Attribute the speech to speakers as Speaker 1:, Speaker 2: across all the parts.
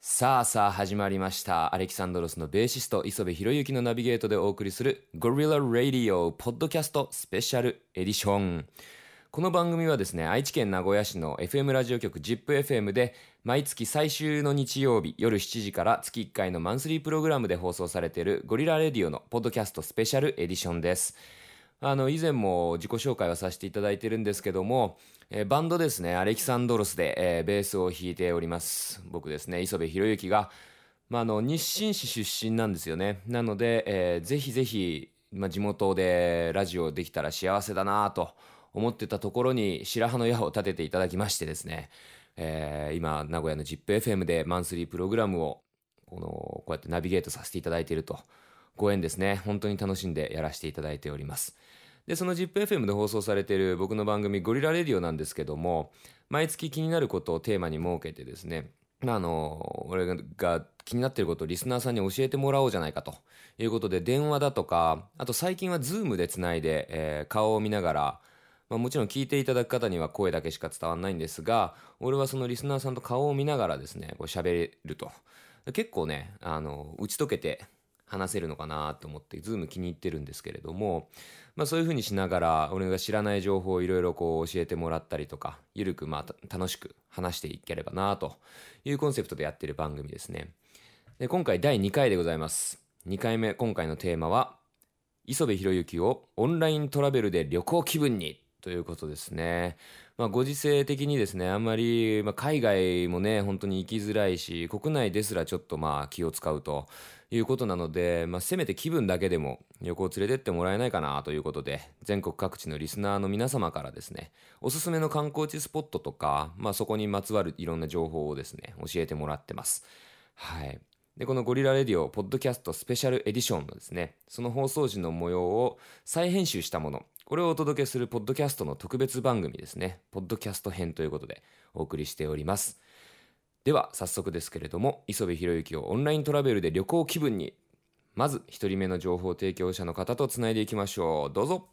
Speaker 1: さあさあ始まりましたアレキサンドロスのベーシスト磯部博之のナビゲートでお送りする「ゴリラ・ラディオ」ポッドキャストスペシャルエディションこの番組はですね愛知県名古屋市の FM ラジオ局 ZIPFM で毎月最終の日曜日夜7時から月1回のマンスリープログラムで放送されている「ゴリラ・レディオ」のポッドキャストスペシャルエディションですあの以前も自己紹介はさせていただいてるんですけども、えーバンドですねアレキサンドロスで、えーベースを弾いております僕ですね磯部博之が、まあ、あの日清市出身なんですよねなので、えーぜひぜひ、まあ、地元でラジオできたら幸せだなと思ってたところに白羽の矢を立てていただきましてですね、えー今名古屋の ZIPFM でマンスリープログラムをこのこうやってナビゲートさせていただいているとご縁ですね本当に楽しんでやらせていただいておりますで、その ZIPFM で放送されている僕の番組ゴリラレディオなんですけども、毎月気になることをテーマに設けてですね、まあ、あの、俺が気になっていることをリスナーさんに教えてもらおうじゃないかということで、電話だとか、あと最近は Zoom でつないで、えー顔を見ながら、まあ、もちろん聞いていただく方には声だけしか伝わらないんですが、俺はそのリスナーさんと顔を見ながらですね、こう喋ると。結構ね、あの、打ち解けて話せるのかなと思って、Zoom 気に入ってるんですけれども、まあ、そういう風にしながら俺が知らない情報をいろいろこう教えてもらったりとかゆるくまあた楽しく話していければなというコンセプトでやってる番組ですねで今回第2回でございます2回目今回のテーマは磯部博之をオンライントラベルで旅行気分にということですね、まあ、ご時世的にですねあんまり、まあ、海外もね本当に行きづらいし国内ですらちょっとまあ気を使うということなので、まあ、せめて気分だけでも旅行を連れてってもらえないかなということで全国各地のリスナーの皆様からですねおすすめの観光地スポットとか、まあ、そこにまつわるいろんな情報をですね教えてもらってます。はいで、このゴリラレディオ、ポッドキャストスペシャルエディションのですね、その放送時の模様を再編集したもの、これをお届けするポッドキャストの特別番組ですね、ポッドキャスト編ということでお送りしております。では、早速ですけれども、磯部博之をオンライントラベルで旅行気分に、まず1人目の情報提供者の方とつないでいきましょう。どうぞ。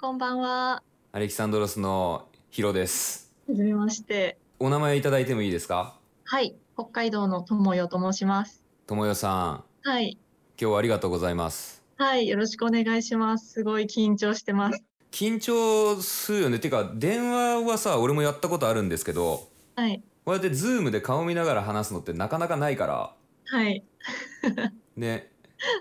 Speaker 2: こんばんは。
Speaker 1: アレキサンドロスのヒロです。
Speaker 2: はじめまして。
Speaker 1: お名前いただいてもいいですか
Speaker 2: はい、北海道のともよと申します。
Speaker 1: ともよさん、
Speaker 2: はい、
Speaker 1: 今日はありがとうございます。
Speaker 2: はい、よろしくお願いします。すごい緊張してます。
Speaker 1: 緊張するよねてか電話はさ俺もやったことあるんですけど
Speaker 2: はい、
Speaker 1: こうやってズームで顔見ながら話すのってなかなかないから
Speaker 2: はい、
Speaker 1: ね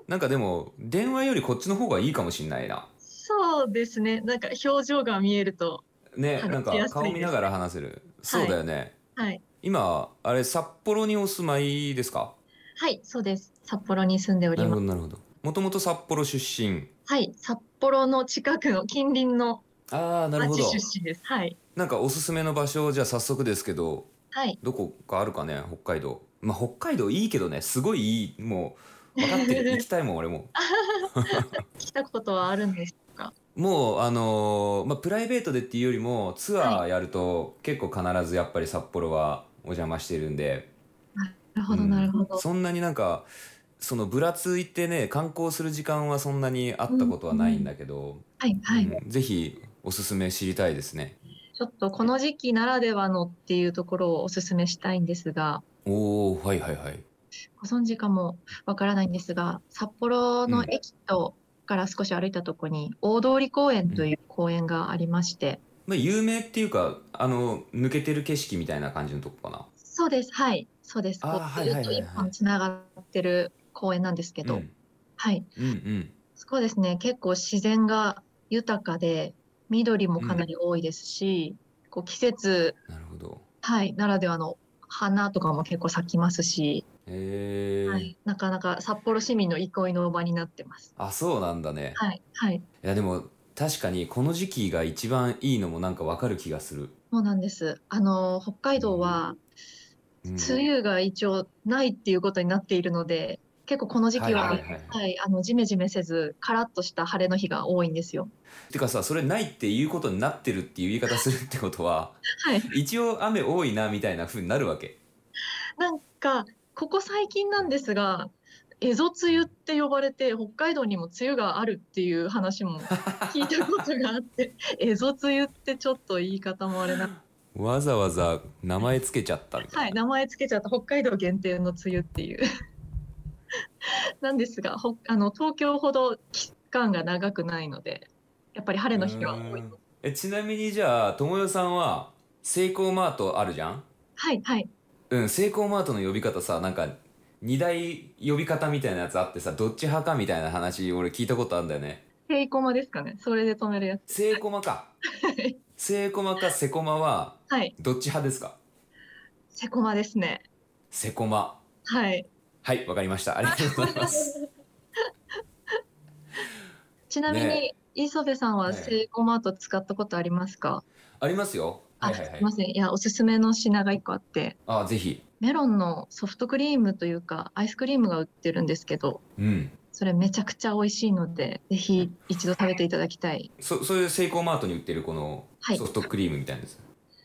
Speaker 1: なんかでも電話よりこっちの方がいいかもしんないな
Speaker 2: そうですね。なんか表情が見えると、
Speaker 1: ね
Speaker 2: 話し
Speaker 1: なんか
Speaker 2: やすいです
Speaker 1: 顔見ながら話せるそうだよね、
Speaker 2: はい、
Speaker 1: 今あれ札幌にお住まいですか
Speaker 2: はい、そうです。札幌に住んでお
Speaker 1: な
Speaker 2: り
Speaker 1: るほど
Speaker 2: ます。
Speaker 1: なるほどもともと札幌出身
Speaker 2: はい、札幌の近くの近隣の
Speaker 1: ああなるほ
Speaker 2: 町
Speaker 1: ど
Speaker 2: 出身です。はい、
Speaker 1: なんかおすすめの場所じゃあ早速ですけど
Speaker 2: はい、
Speaker 1: どこかあるかね北海道まあ北海道いいけどねすごいいいもう分かって る行きたいもん俺も
Speaker 2: 来たことはあるんですか。
Speaker 1: もうあのーまあプライベートでっていうよりもツアーやると結構必ずやっぱり札幌はお邪魔してるんで
Speaker 2: なるほど、
Speaker 1: うん
Speaker 2: なるほど。
Speaker 1: そんなになんかそのぶらついてね観光する時間はそんなにあったことはないんだけど、
Speaker 2: はい、はい。
Speaker 1: うんぜひおすすめ知りたいですね
Speaker 2: ちょっとこの時期ならではのっていうところをお勧めしたいんですが、
Speaker 1: おおはいはいはい
Speaker 2: ご存知かもわからないんですが、札幌の駅とから少し歩いたところに、大通公園という公園がありまして、
Speaker 1: まあ有名っていうかあの抜けてる景色みたいな感じのとこか
Speaker 2: そうです、はい、そうです。
Speaker 1: あー
Speaker 2: こう
Speaker 1: はいはいはいはい
Speaker 2: ずっと一本つながってる公園なんですけ
Speaker 1: な、う
Speaker 2: ど、
Speaker 1: ん、
Speaker 2: はい、
Speaker 1: うんうん
Speaker 2: そこですね、結構自然が豊かで、緑もかなり多いですし、こう季節、
Speaker 1: なるほど
Speaker 2: はい、ならではの花とかも結構咲きますし、
Speaker 1: えー
Speaker 2: はい、なかなか札幌市民の憩いの場になってます。
Speaker 1: あそうなんだね、
Speaker 2: はい、はい、
Speaker 1: いやでも確かにこの時期が一番いいのもなんかわかる気がする、
Speaker 2: そうなんです。あの北海道は
Speaker 1: うん
Speaker 2: 梅雨が一応ないっていうことになっているので、結構この時期は、
Speaker 1: は
Speaker 2: はいい
Speaker 1: はいはい
Speaker 2: あのジメジメせず、カラッとした晴れの日が多いんですよ。
Speaker 1: てかさそれないっていうことになってるっていう言い方するってことは
Speaker 2: はい、
Speaker 1: 一応雨多いなみたいな風になるわけ
Speaker 2: なんかここ最近なんですが、蝦夷梅雨って呼ばれて、北海道にも梅雨があるっていう話も聞いたことがあって、蝦夷梅雨ってちょっと言い方もあれな。
Speaker 1: わざわざ名前つけちゃったみたい
Speaker 2: はい、名前つけちゃった北海道限定の梅雨っていう なんですがほあの東京ほど期間が長くないのでやっぱり晴れの日が多い
Speaker 1: うんえちなみにじゃあ友よさんはセイコーマートあるじゃん
Speaker 2: はいはい
Speaker 1: うんセイコーマートの呼び方さなんか二大呼び方みたいなやつあってさどっち派かみたいな話俺聞いたことあるんだよね
Speaker 2: セイコマですかねそれで止めるやつ
Speaker 1: セイコマかセイコマかセコマは
Speaker 2: はい
Speaker 1: どっち派ですか
Speaker 2: セコマですね
Speaker 1: セコマ
Speaker 2: はい
Speaker 1: はいわかりましたありがとうございます
Speaker 2: ちなみに、
Speaker 1: ね
Speaker 2: 磯部さんは
Speaker 1: ね
Speaker 2: セイコマート使ったことありますか、
Speaker 1: ありますよはいはいは
Speaker 2: あす
Speaker 1: い
Speaker 2: いませんいやおすすめの品が一個あって
Speaker 1: あぜひ
Speaker 2: メロンのソフトクリームというかアイスクリームが売ってるんですけど
Speaker 1: うん
Speaker 2: それめちゃくちゃ美味しいのでぜひ一度食べていただきたい
Speaker 1: そそういうセイコーマートに売ってるこの
Speaker 2: はい
Speaker 1: ソフトクリームみたいなやつ、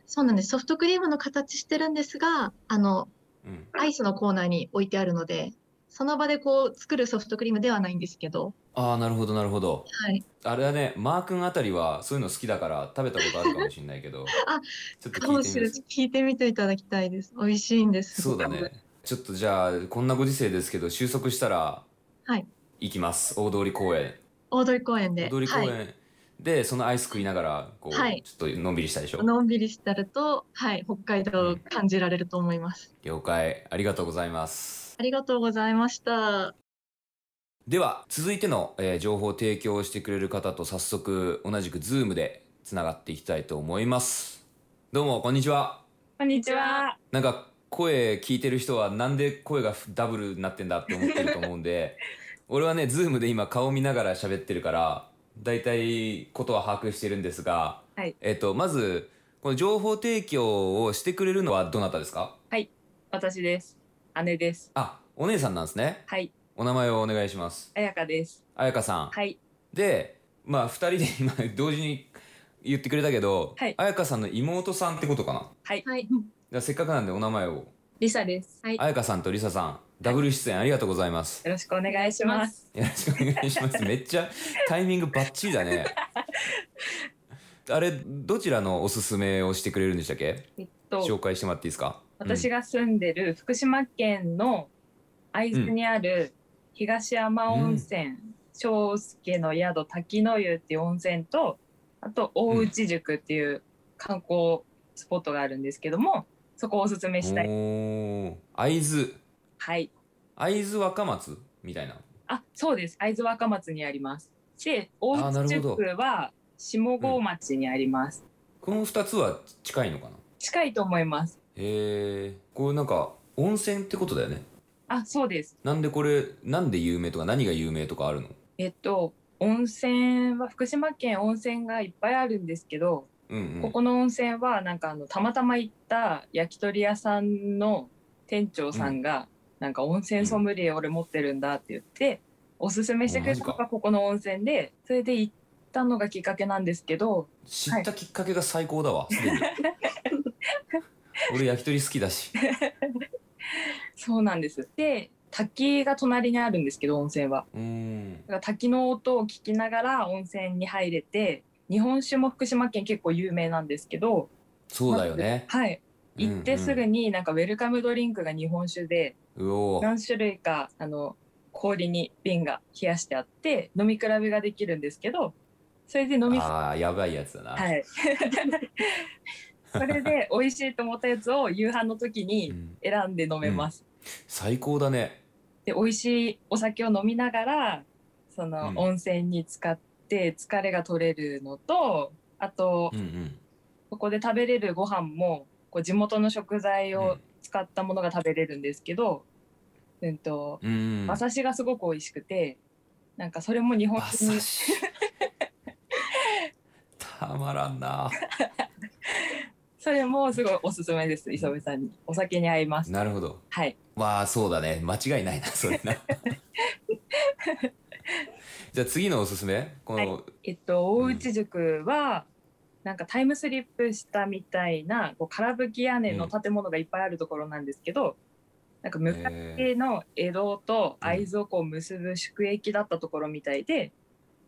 Speaker 2: そうなんです。ソフトクリームの形してるんですが、あの、
Speaker 1: うん
Speaker 2: アイスのコーナーに置いてあるので、その場でこう作るソフトクリームではないんですけど、
Speaker 1: ああなるほどなるほど
Speaker 2: はい。
Speaker 1: あれだねマー君あたりはそういうの好きだから食べたことあるかもしれないけど
Speaker 2: あ
Speaker 1: ちょっと
Speaker 2: かも
Speaker 1: 聞い
Speaker 2: して
Speaker 1: み
Speaker 2: れ
Speaker 1: る
Speaker 2: ない聞いてみていただきたいです。美味しいんです。
Speaker 1: そうだねちょっとじゃあこんなご時世ですけど収束したら
Speaker 2: はい
Speaker 1: 行きます、大通公園
Speaker 2: 大通公園
Speaker 1: 大
Speaker 2: で。
Speaker 1: 通公園、
Speaker 2: は
Speaker 1: でそのアイス食いながらこう、
Speaker 2: はい
Speaker 1: ちょっとのんびりしたでしょ
Speaker 2: い。のんびりしたると、はい、北海道を感じられると思います。
Speaker 1: 了解ありがとうございます
Speaker 2: ありがとうございました。
Speaker 1: では続いての、えー情報を提供してくれる方と早速同じく Zoom でつながっていきたいと思いますどうもこんにちは
Speaker 3: こんにちは。
Speaker 1: なんか声聞いてる人はなんで声がダブルになってんだって思ってると思うん で俺はねズームで今顔見ながら喋ってるから大体ことは把握してるんですが、
Speaker 3: はい
Speaker 1: えっとまずこの情報提供をしてくれるのはどなたですか
Speaker 3: 私です。姉です。
Speaker 1: あお姉さんなんですね
Speaker 3: はい、
Speaker 1: お名前をお願いします
Speaker 3: あやかです。
Speaker 1: 彩香さん、
Speaker 3: はい、
Speaker 1: でまあ2人で今同時に言ってくれたけど、
Speaker 3: はい
Speaker 1: 彩香さんの妹さんってことかなだか
Speaker 3: はい、
Speaker 2: はい。
Speaker 1: らせっかくなんでお名前を
Speaker 3: りさです。はい、よ
Speaker 1: 彩香さんとりささんダブル出演ありがとうございます
Speaker 3: ろしくお願いします。
Speaker 1: よろしくお願いします。めっちゃタイミングバッチリだね。あれどちらのおすすめをしてくれるんでしたっけ？
Speaker 3: えっ
Speaker 1: 紹
Speaker 3: と、
Speaker 1: 介してもらっていいですか？
Speaker 3: 私
Speaker 1: が、
Speaker 3: が住んでる福島県の会津にある東山温泉、庄助の宿滝の湯っていう温泉と、あと大内宿っていう観光スポットがあるんですけども、そこをおすすめ
Speaker 1: うん、
Speaker 3: したい。
Speaker 1: おー会津
Speaker 3: はい。
Speaker 1: 会津若松みたいな。
Speaker 3: あ、そうです。会津若松にあります。で、大
Speaker 1: あーな
Speaker 3: 津
Speaker 1: るほど
Speaker 3: 宿は下郷町にあります。
Speaker 1: この二つは近いのかな？
Speaker 3: 近いと思います。
Speaker 1: へえ。これなんか温泉ってことだよね。
Speaker 3: あ、そうです。
Speaker 1: なんでこれなんで有名とか何が有名とかあるの？
Speaker 3: えっと、温泉は福島県温泉がいっぱいあるんですけど、
Speaker 1: うんうん。
Speaker 3: ここの温泉はなんかあのたまたま行った焼き鳥屋さんの店長さんが、なんか温泉ソムリエ俺持ってるんだって言って、おすすめしてくれたの
Speaker 1: マジ
Speaker 3: がここの温泉で、それで行ったのがきっかけなんですけど、
Speaker 1: 知ったきっかけが最高だわ。すで に俺焼き鳥好きだし。
Speaker 3: そうなんです。で、滝が隣にあるんですけど温泉は。
Speaker 1: うん。
Speaker 3: だから滝の音を聞きながら温泉に入れて日本酒も福島県結構有名なんですけど
Speaker 1: そうだよね。
Speaker 3: はい行ってすぐ
Speaker 1: に、
Speaker 3: になんかウェルカムドリンクが日本酒で
Speaker 1: うおー
Speaker 3: 何種類かあの氷に瓶が冷やしてあって飲み比べができるんですけどそれで飲みは
Speaker 1: あーやばいやつだな、
Speaker 3: いそれで美味しいと思ったやつを夕飯の時
Speaker 1: う
Speaker 3: に
Speaker 1: ん
Speaker 3: 選んで飲めます。
Speaker 1: 最高だね
Speaker 3: で美味しいお酒を飲みながらその
Speaker 1: うん
Speaker 3: 温泉に使って疲れが取れるのと、あと
Speaker 1: うんうん
Speaker 3: ここで食べれるご飯もこう地元の食材
Speaker 1: う
Speaker 3: を
Speaker 1: ん
Speaker 3: 使ったものが食べれるんですけど、うんと
Speaker 1: うん
Speaker 3: 馬刺しがすごく美味しくてなんかそれも日本
Speaker 1: 馬
Speaker 3: 酒に
Speaker 1: 刺したまらんな
Speaker 3: それもすごいおすすめです磯部さんにお酒に合います
Speaker 1: なるほど
Speaker 3: はい
Speaker 1: まあそうだね間違いないなそれな じゃあ次のおすすめこの、
Speaker 3: えっと大内塾は、なんかタイムスリップしたみたいなこう空吹き屋根の建物がいっぱいあるところなんですけど、なんか昔
Speaker 1: えー
Speaker 3: の江戸と会津をこう結ぶ宿駅だったところみたいで、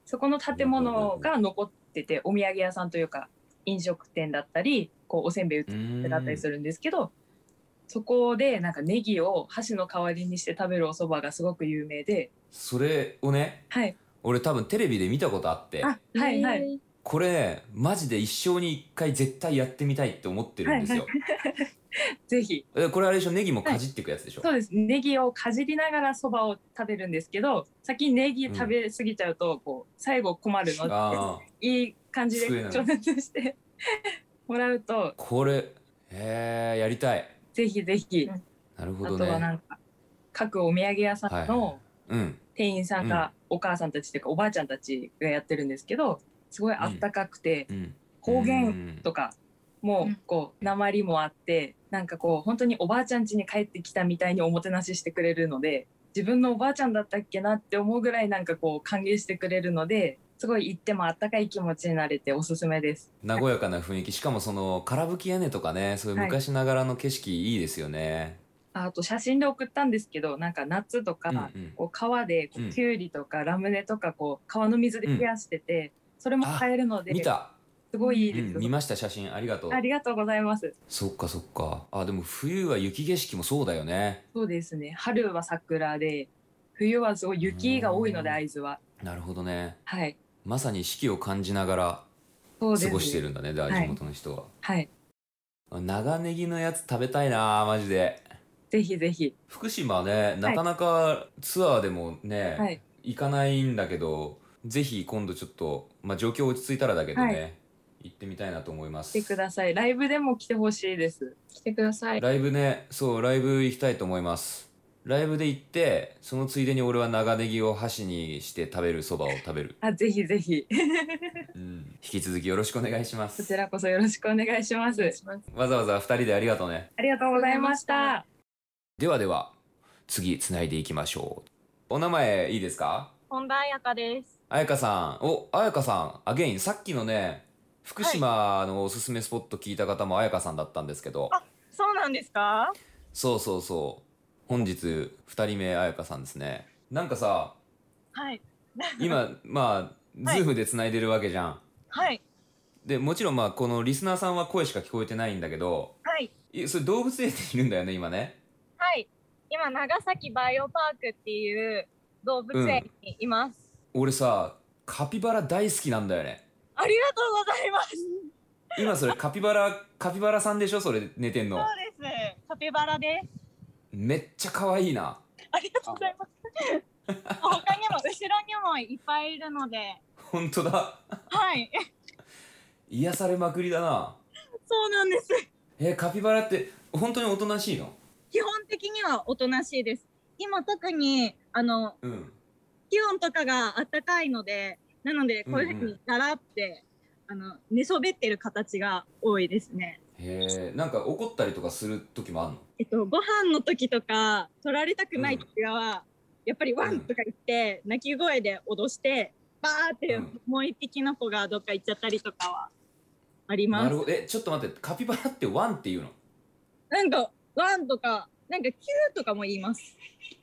Speaker 3: そこの建物が残っててお土産屋さんというか飲食店だったりこうおせんべい売ってたりするんですけどそこでなんかネギを箸の代わりにして食べるお蕎麦がすごく有名で
Speaker 1: それをね
Speaker 3: はい
Speaker 1: 俺多分テレビで見たことあって
Speaker 3: あはいはい、
Speaker 2: い。
Speaker 1: これねマジで一生に一回絶対やってみたいって思ってるんですよ、
Speaker 3: ぜひ
Speaker 1: えこれあれでしょネギもかじっていくやつでしょ、
Speaker 3: そうですネギをかじりながらそばを食べるんですけど先にネギ食べ過ぎちゃうと、こう最後困るの
Speaker 1: ああ
Speaker 3: でいい感じで
Speaker 1: 救えない
Speaker 3: 調節して もらうと
Speaker 1: これへえやりたい
Speaker 3: ぜひぜひ、
Speaker 2: うん
Speaker 1: なるほ
Speaker 3: あ
Speaker 1: ど
Speaker 3: とはな
Speaker 1: ね
Speaker 3: んか各お土産屋さん
Speaker 1: は
Speaker 3: の
Speaker 1: うん
Speaker 3: 店員さんが、お母さんたちというかおばあちゃんたちがやってるんですけどすごいあったかくて、
Speaker 1: うん
Speaker 3: 方
Speaker 1: う
Speaker 3: 言
Speaker 1: ん
Speaker 3: とかも
Speaker 2: うん
Speaker 3: こう鉛もあってなんかこう本当におばあちゃん家に帰ってきたみたいにおもてなししてくれるので自分のおばあちゃんだったっけなって思うぐらいなんかこう歓迎してくれるのですごい行ってもあったかい気持ちになれておすすめです。
Speaker 1: 和やかな雰囲気しかもその空吹き屋根とかねそういう
Speaker 3: はい
Speaker 1: 昔ながらの景色いいですよね、
Speaker 3: ああと写真で送ったんですけどなんか夏とか、
Speaker 1: うんうん
Speaker 3: こう川でこ
Speaker 1: うん
Speaker 3: うきゅうりとかラムネとかこう川の水で冷やしてて、それも買えるので
Speaker 1: 見た、
Speaker 3: すごいいいです
Speaker 1: う、ん見ました写真ありがとう
Speaker 3: ありがとうございます
Speaker 1: そっかそっかあでも冬は雪景色もそうだよね
Speaker 3: そうですね春は桜で冬はすごい雪が多いので
Speaker 1: うん
Speaker 3: 会津は
Speaker 1: なるほどね
Speaker 3: はい
Speaker 1: まさに四季を感じながら
Speaker 3: そうです
Speaker 1: 過
Speaker 3: ね
Speaker 1: ごしてるんだねだから
Speaker 3: はい
Speaker 1: 地元の人は、
Speaker 3: はい
Speaker 1: 長ネギのやつ食べたいなマジで
Speaker 3: ぜひぜひ
Speaker 1: 福島ねなかなかツアーでもね、
Speaker 3: はい
Speaker 1: 行かないんだけどぜひ今度ちょっと、まあ、状況落ち着いたらだけどね、
Speaker 3: は
Speaker 1: 行ってみたいなと思います
Speaker 3: 来てくださいライブでも来てほしいです
Speaker 2: 来てください。
Speaker 1: ライブねそうライブ行きたいと思いますライブで行ってそのついでに俺は長ネギを箸にして食べるそばを食べる、
Speaker 3: あぜひぜひ
Speaker 1: うん、引き続きよろしくお願いしま
Speaker 3: こ
Speaker 1: す
Speaker 3: ちらこそよろしくお願いしま
Speaker 2: お願い
Speaker 3: す
Speaker 2: します
Speaker 1: わざわざ2人でありがとうね
Speaker 3: ありがとうございました
Speaker 1: ではでは次つないでいきましょうお名前いいですか
Speaker 4: 本田彩香です。
Speaker 1: 彩香さんお彩香さんアゲインさっきのね福島のおすすめスポット聞いた方も彩香さんだったんですけど
Speaker 4: そうなんですか？
Speaker 1: そうそうそう本日2人目彩香さんですねなんかさ
Speaker 4: はい
Speaker 1: 今まあ
Speaker 4: はい
Speaker 1: ズームでつないでるわけじゃん、
Speaker 4: はい
Speaker 1: でもちろんまあこのリスナーさんは声しか聞こえてないんだけど
Speaker 4: はい
Speaker 1: いそれ動物園でいるんだよね今ね
Speaker 4: はい。今長崎バイオパークっていう動物園にいます。
Speaker 1: 俺さカピバラ大好きなんだよね
Speaker 4: ありがとうございます。
Speaker 1: 今それカピバラカピバラさんでしょそれ寝 てんの
Speaker 4: そうです。カピバラです。
Speaker 1: めっちゃ可愛いな
Speaker 4: ありがとうござい ます。他にも後ろにもいっぱいいるので、
Speaker 1: 本当だ
Speaker 4: はい。
Speaker 1: 癒されまくりだな
Speaker 4: そうなんです。
Speaker 1: えカピバラって本当におとなしいの
Speaker 4: 基本的にはおとなしいです。今特にあの
Speaker 1: うん
Speaker 4: 気温とかが暖かいので、なのでこういうふう
Speaker 1: うんう
Speaker 4: にだらって、あの寝そべってる形が多いですね。
Speaker 1: へえんか怒ったりとかする時もあんの
Speaker 4: えっとご飯の時とか取られたくない時は、やっぱりワ
Speaker 1: うん
Speaker 4: ンとか言って、鳴き声で脅して、バーって
Speaker 1: うん
Speaker 4: もう一匹の子がどっか行っちゃったりとかはあり
Speaker 1: な
Speaker 4: ます
Speaker 1: る。ほどえちょっと待ってカピバラってワンっていうの
Speaker 4: なんかワンとかなんかキューとかも言います。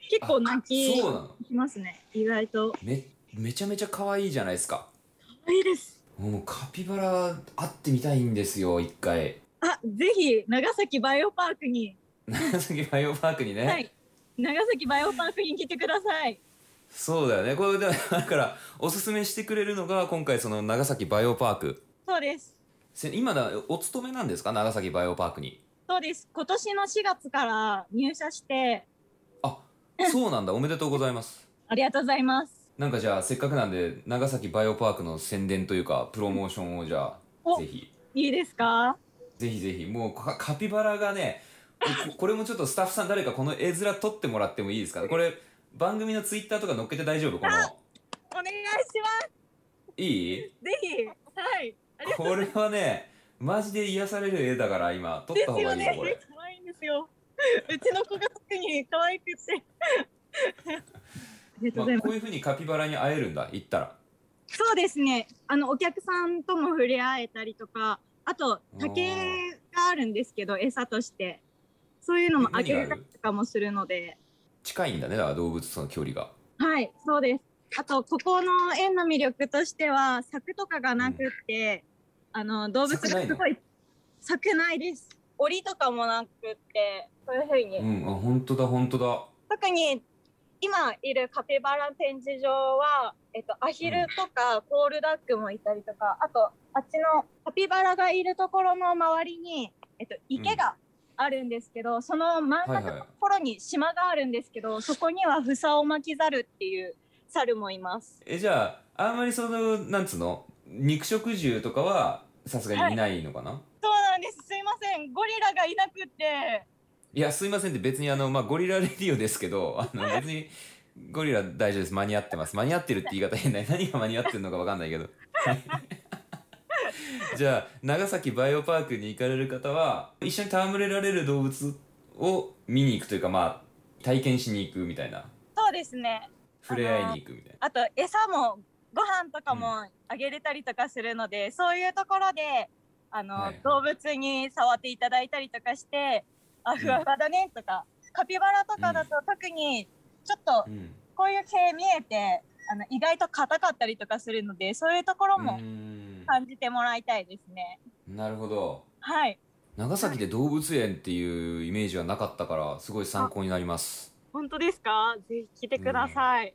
Speaker 4: 結構鳴き
Speaker 1: そうなの
Speaker 4: きますね。意外と
Speaker 1: めめちゃめちゃ可愛いじゃないですか
Speaker 4: いいです。
Speaker 1: もうカピバラ会ってみたいんですよ一回
Speaker 4: あぜひ長崎バイオパークに
Speaker 1: 長崎バイオパークにね、
Speaker 4: はい。長崎バイオパークに来てください。
Speaker 1: そうだよねこれだだからおすすめしてくれるのが今回その長崎バイオパーク
Speaker 4: そうです。
Speaker 1: せ今だお勤めなんですか長崎バイオパークに
Speaker 4: そうです。今年の4月から入社して、
Speaker 1: あそうなんだおめでとうございます
Speaker 4: ありがとうございます。
Speaker 1: なんかじゃあせっかくなんで長崎バイオパークの宣伝というかプロモーションをじゃあ
Speaker 4: お
Speaker 1: ぜひ
Speaker 4: いいですか
Speaker 1: ぜひぜひもうカカピバラがねここれもちょっとスタッフさん誰かこの絵面撮ってもらってもいいですかこれ番組のツイッターとか載っけて大丈夫この
Speaker 4: お願いしま
Speaker 1: いい
Speaker 4: す。ぜひ。はい。
Speaker 1: これはねマジで癒される絵だから今撮っ
Speaker 4: で
Speaker 1: た
Speaker 4: す
Speaker 1: 方が
Speaker 4: よ
Speaker 1: いいよ
Speaker 4: ね
Speaker 1: これ。
Speaker 4: 可愛いんですよ。うちの子が特に可愛くて。あ
Speaker 1: まあ、
Speaker 4: りがとうございます。
Speaker 1: こういうふうにカピバラに会えるんだ行ったら
Speaker 4: そうですね。あのお客さんとも触れ合えたりとか、あと竹があるんですけど餌として、そういうのもあげたりとかもするので。
Speaker 1: 近いんだねだから動物との距離が
Speaker 4: はい、そうです。あ と、ここの園の魅力としては、柵とかがなくって、あの、動物が
Speaker 1: 柵ないの
Speaker 4: すごい、咲くないです。檻とかもなくって、こういうふうに。
Speaker 1: うん、あ、本当だ、本当だ。
Speaker 4: 特に今いるカピバラ展示場は、えっと、アヒルとかコールダックもいたりとか、あとあっちのカピバラがいるところの周りに、えっと、池があるんですけど、その真ん
Speaker 1: は
Speaker 4: 中
Speaker 1: い
Speaker 4: のと
Speaker 1: は
Speaker 4: ころに島があるんですけど、そこには房を巻き猿っていう猿もいます
Speaker 1: い。。え、じゃあ、あんまりその、なんつうの、肉食獣とかは、さすがにいないのかな、
Speaker 4: そうなんですすいませんゴリラがいなくって
Speaker 1: い、や、すいませんって、別にあの、まあ、ゴリラレディオですけど、 あの、別に、ゴリラ大丈夫です。間に合ってます。間に合ってるって言い方変だね。何が間に合ってるのかわかんない けど。じゃあ、長崎バイオパークに行かれる方は、一緒に戯れられる動物を見に行くというか、まあ、体験しに行くみたいな。
Speaker 4: そうですね
Speaker 1: 触れ合いに行くみたいな。
Speaker 4: あと餌もご飯とかもあげれたりとかするので、そういうところであの、
Speaker 1: はいはい
Speaker 4: 動物に触っていただいたりとかしてあふわふわだねとか、カピバラとかだと特にちょっと
Speaker 1: うん。
Speaker 4: こういう毛見えてあの意外と硬かったりとかするのでそういうところ
Speaker 1: う
Speaker 4: も
Speaker 1: ーん
Speaker 4: 感じてもらいたいですね。
Speaker 1: なるほど
Speaker 4: はい
Speaker 1: 長崎で動物園っていうイメージはなかったからすごい参考になります
Speaker 4: 本当ですかぜひ来て
Speaker 1: くださ
Speaker 4: い。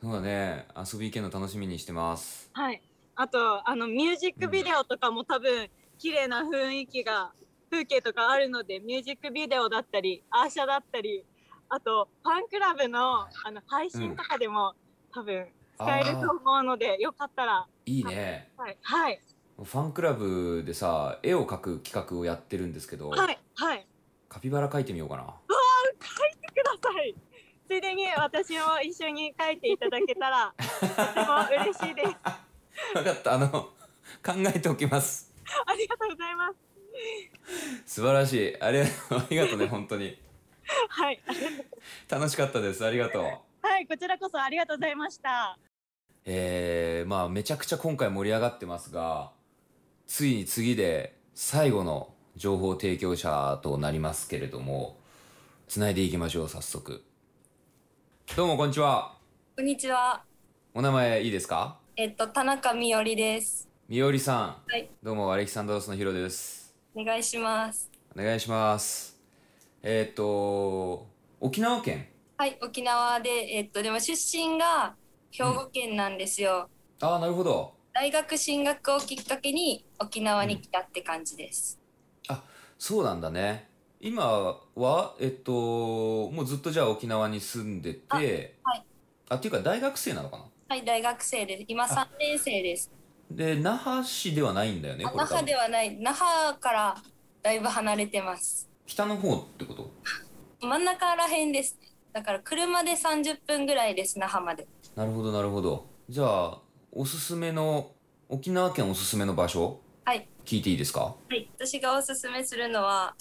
Speaker 1: そうだね遊び行けるの楽しみにしてます
Speaker 4: はい。あと、あの、ミュージックビデオとかも多分、綺麗な雰囲気が、風景とかあるので、ミュージックビデオだったり、アーシャだったり、あと、ファンクラブの、あの、配信とかでも、多分、使えると思うので、よかったら、
Speaker 1: いいね
Speaker 4: はい、はい、
Speaker 1: ファンクラブでさ絵を描く企画をやってるんですけど、
Speaker 4: はい、はい、
Speaker 1: カピバラ描いてみようかな
Speaker 4: ください。ついでに、私も一緒に書いていただけたら、とても嬉しいです。
Speaker 1: 分かったあの考えておきます
Speaker 4: ありがとうございます。
Speaker 1: 素晴らしいあれありがとうね本当に
Speaker 4: はい、
Speaker 1: 楽しかったですありがとう
Speaker 4: はい、こちらこそありがとうございました。
Speaker 1: えー、まあめちゃくちゃ今回盛り上がってますがついに次で最後の情報提供者となりますけれどもつないでいきましょう早速どうもこんにちは
Speaker 5: こんにちは。
Speaker 1: お名前いいですか
Speaker 5: えっと田中みよりです。
Speaker 1: みおりさん、
Speaker 5: はい
Speaker 1: どうもアレキサンドロスのヒロです
Speaker 5: お願いします。
Speaker 1: お願いしますえー、っと沖縄県
Speaker 5: はい、沖縄でえっとでも出身が兵庫県なんですよ。
Speaker 1: ああなるほど
Speaker 5: 大学進学をきっかけに沖縄に来たって感じです。
Speaker 1: そうなんだね今はえっともうずっとじゃあ沖縄に住んでて
Speaker 5: あはい
Speaker 1: あっていうか大学生なのかな
Speaker 5: はい、大学生です。今三年生です。
Speaker 1: で那覇市ではないんだよね
Speaker 5: あ
Speaker 1: これ多
Speaker 5: 那
Speaker 1: 分
Speaker 5: 覇ではない。那覇からだいぶ離れてます。
Speaker 1: 北の方ってこと
Speaker 5: 真ん中らへんです。だから車で三十分ぐらいです那覇まで。
Speaker 1: なるほどなるほどじゃあおすすめの沖縄県おすすめの場所
Speaker 5: はい
Speaker 1: 聞いていいですか
Speaker 5: はい、私がおすすめするのは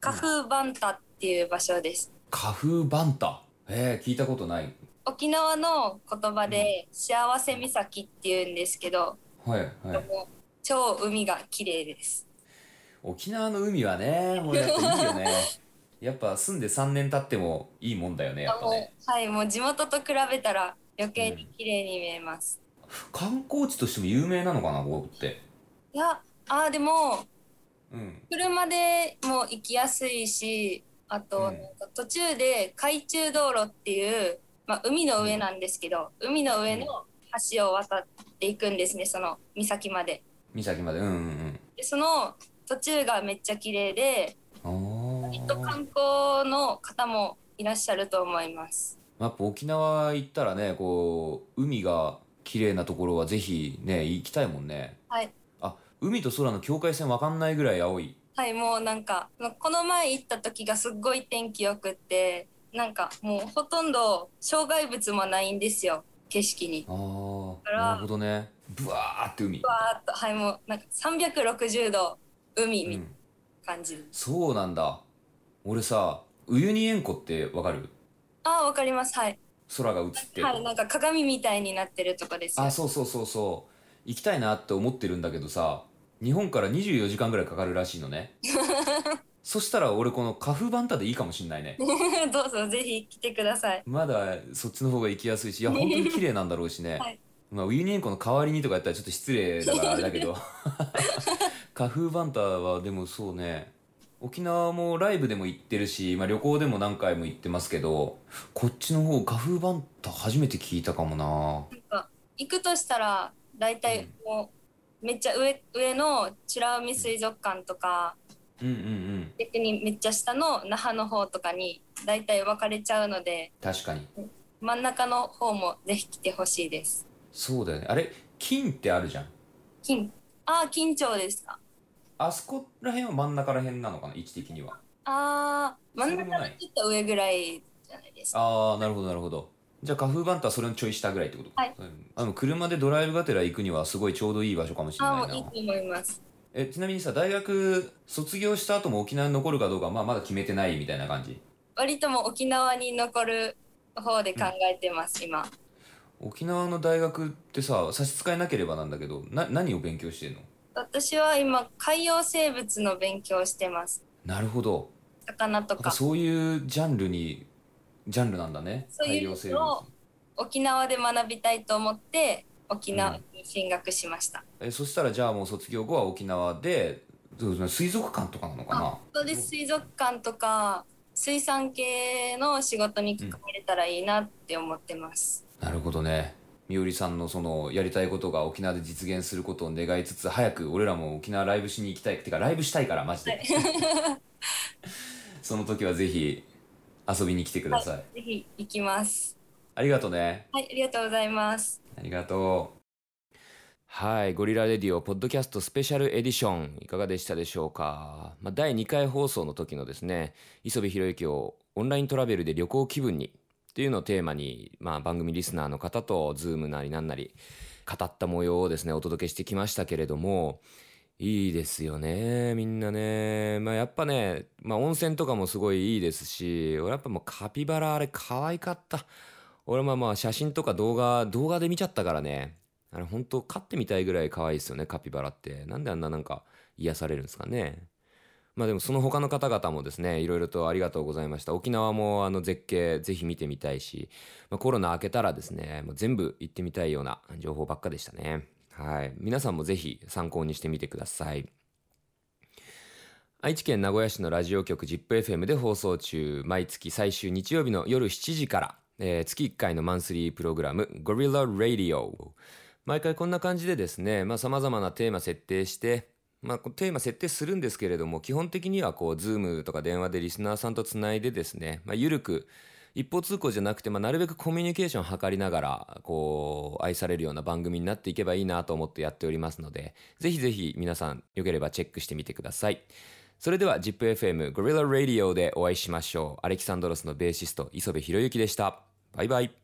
Speaker 5: 花風バンタっていう場所です。
Speaker 1: 花風バンタえー、聞いたことない
Speaker 5: 沖縄の言葉で「幸せ岬」っていうんですけど、
Speaker 1: はいはい
Speaker 5: もう超海が綺麗です
Speaker 1: 沖縄の海はねもうやっぱいいよ ねやっぱ住んで3年経ってもいいもんだよねやっぱね
Speaker 5: はいもう地元と比べたら余計に綺麗に見えます、
Speaker 1: 観光地としても有名なのかなここって
Speaker 5: いやあーでも
Speaker 1: うん
Speaker 5: 車でも行きやすいしあと、
Speaker 1: うん
Speaker 5: なんか途中で海中道路っていう、まあ、海の上なんですけど、海の上の橋を渡っていくんですねその岬まで
Speaker 1: 岬までうんうん
Speaker 5: でその途中がめっちゃ綺麗で
Speaker 1: うんああ
Speaker 5: きっと観光の方もいらっしゃると思います。
Speaker 1: やっぱ沖縄行ったらねこう海が綺麗なところはぜひね行きたいもんね
Speaker 5: はい
Speaker 1: あ海と空の境界線わかんないぐらい青い
Speaker 5: はい、もうなんか、この前行った時がすっごい天気良くって、なんかもうほとんど障害物もないんですよ、景色に。
Speaker 1: あー
Speaker 5: あら
Speaker 1: なるほどねブワーって海
Speaker 5: わーっと、はい、もうなんか360度海
Speaker 1: う
Speaker 5: みたい
Speaker 1: ん、
Speaker 5: な感じ。
Speaker 1: そうなんだ俺さウユニ塩湖ってわかる
Speaker 5: ああ、わかります、はい。
Speaker 1: 空が映ってる、
Speaker 5: はい、なんか鏡みたいになってるとこですよ。
Speaker 1: あそうそうそうそう行きたいなって思ってるんだけどさ日本から24時間ぐらいかかるらしいのねそしたら俺このカフバンタでいいかもしんないね
Speaker 5: どうぞぜひ来てください。
Speaker 1: まだそっちの方が行きやすいしいや本当に綺麗なんだろうしね、
Speaker 5: はい
Speaker 1: まあ、ウユニ塩湖の代わりにとかやったらちょっと失礼だからあれだけど代
Speaker 6: カフーバンタはでもそうね沖縄もライブでも行ってるし、まあ、旅行でも何回も行ってますけどこっちの方カフーバンタ初めて聞いたかもな
Speaker 5: 行くとしたら大体もうめっちゃ上上の美ら海水族館とか
Speaker 6: うんうんうん
Speaker 5: 逆にめっちゃ下の那覇の方とかに大体分かれちゃうので
Speaker 6: 確かに
Speaker 5: 真ん中の方もぜひ来てほしいです
Speaker 6: そうだよねあれ金ってあるじゃん
Speaker 5: 金ああ緊張ですか
Speaker 6: あそこら辺は真ん中ら辺なのかな位置的には
Speaker 5: ああ真ん
Speaker 6: そうでも
Speaker 5: 中
Speaker 6: な
Speaker 5: の
Speaker 6: い
Speaker 5: ちょっと上ぐらいじゃないですか
Speaker 6: ああなるほどなるほどじゃあカフーバンタはそれのちょい下ぐらいってこと
Speaker 5: はい
Speaker 6: うんあの車でドライブがてら行くにはすごいちょうどいい場所かもしれ
Speaker 5: あ
Speaker 6: な
Speaker 5: あ
Speaker 6: い
Speaker 5: もういいと
Speaker 6: な
Speaker 5: 思います
Speaker 6: えちなみにさ大学卒業した後も沖縄に残るかどうかは、まあ、まだ決めてないみたいな感じ
Speaker 5: 割ともう沖縄に残る方で考えてます、今
Speaker 6: 沖縄の大学ってさ差し支えなければなんだけどな何を勉強してんの
Speaker 5: 私は今海洋生物の勉強をしてます
Speaker 6: なるほど
Speaker 5: 魚と
Speaker 6: なんか
Speaker 5: か
Speaker 6: そういうジャンルにジャンルなんだね
Speaker 5: そういうのを沖縄で学びたいと思って沖縄に進学しました、
Speaker 6: えそしたらじゃあもう卒業後は沖縄でそうですね水族館とかなのかな
Speaker 5: そうです水族館とか水産系の仕事に関われたらいいなって思ってます、
Speaker 6: なるほどねみおりさんのそのやりたいことが沖縄で実現することを願いつつ早く俺らも沖縄ライブしに行きたいてかライブしたいからマジで、 その時はぜひ遊びに来てください、
Speaker 5: ぜひ行きます
Speaker 6: ありがとうね
Speaker 5: はいありがとうございます
Speaker 6: ありがと
Speaker 1: はい、ゴリラレディオポッドキャストスペシャルエディションいかがでしたでしょうか。まあ、第2回放送の時のですね、磯部博之をオンライントラベルで旅行気分にっていうのをテーマに、まあ、番組リスナーの方とズームなりなんなり語った模様をですね、お届けしてきましたけれども、いいですよね、みんなね。まあ、やっぱね、まあ、温泉とかもすごいいいですし、俺やっぱもうカピバラあれ可愛かった。俺まあまあ写真とか動画、動画で見ちゃったからね。あれ本当飼ってみたいぐらい可愛いですよね、カピバラって。なんであんななんか癒されるんですかね。まあでもその他の方々もですね、いろいろとありがとうございました。沖縄もあの絶景ぜひ見てみたいし、まあ、コロナ明けたらですね、もう全部行ってみたいような情報ばっかでしたね。はい。皆さんもぜひ参考にしてみてください。愛知県名古屋市のラジオ局 ZIPFM で放送中、毎月最終日曜日の夜7時から、えー月1回のマンスリープログラム、Gorilla Radio。毎回こんな感じでですね、まあ様々なテーマ設定して、まあこうテーマ設定するんですけれども、基本的にはこう、ズームとか電話でリスナーさんとつないでですね、まあ緩く、一方通行じゃなくて、まあ、なるべくコミュニケーションを図りながら、こう、愛されるような番組になっていけばいいなと思ってやっておりますので、ぜひぜひ皆さん、よければチェックしてみてください。それでは ZIPFM Gorilla Radio でお会いしましょう。アレキサンドロスのベーシスト、磯部博之でした。バイバイ。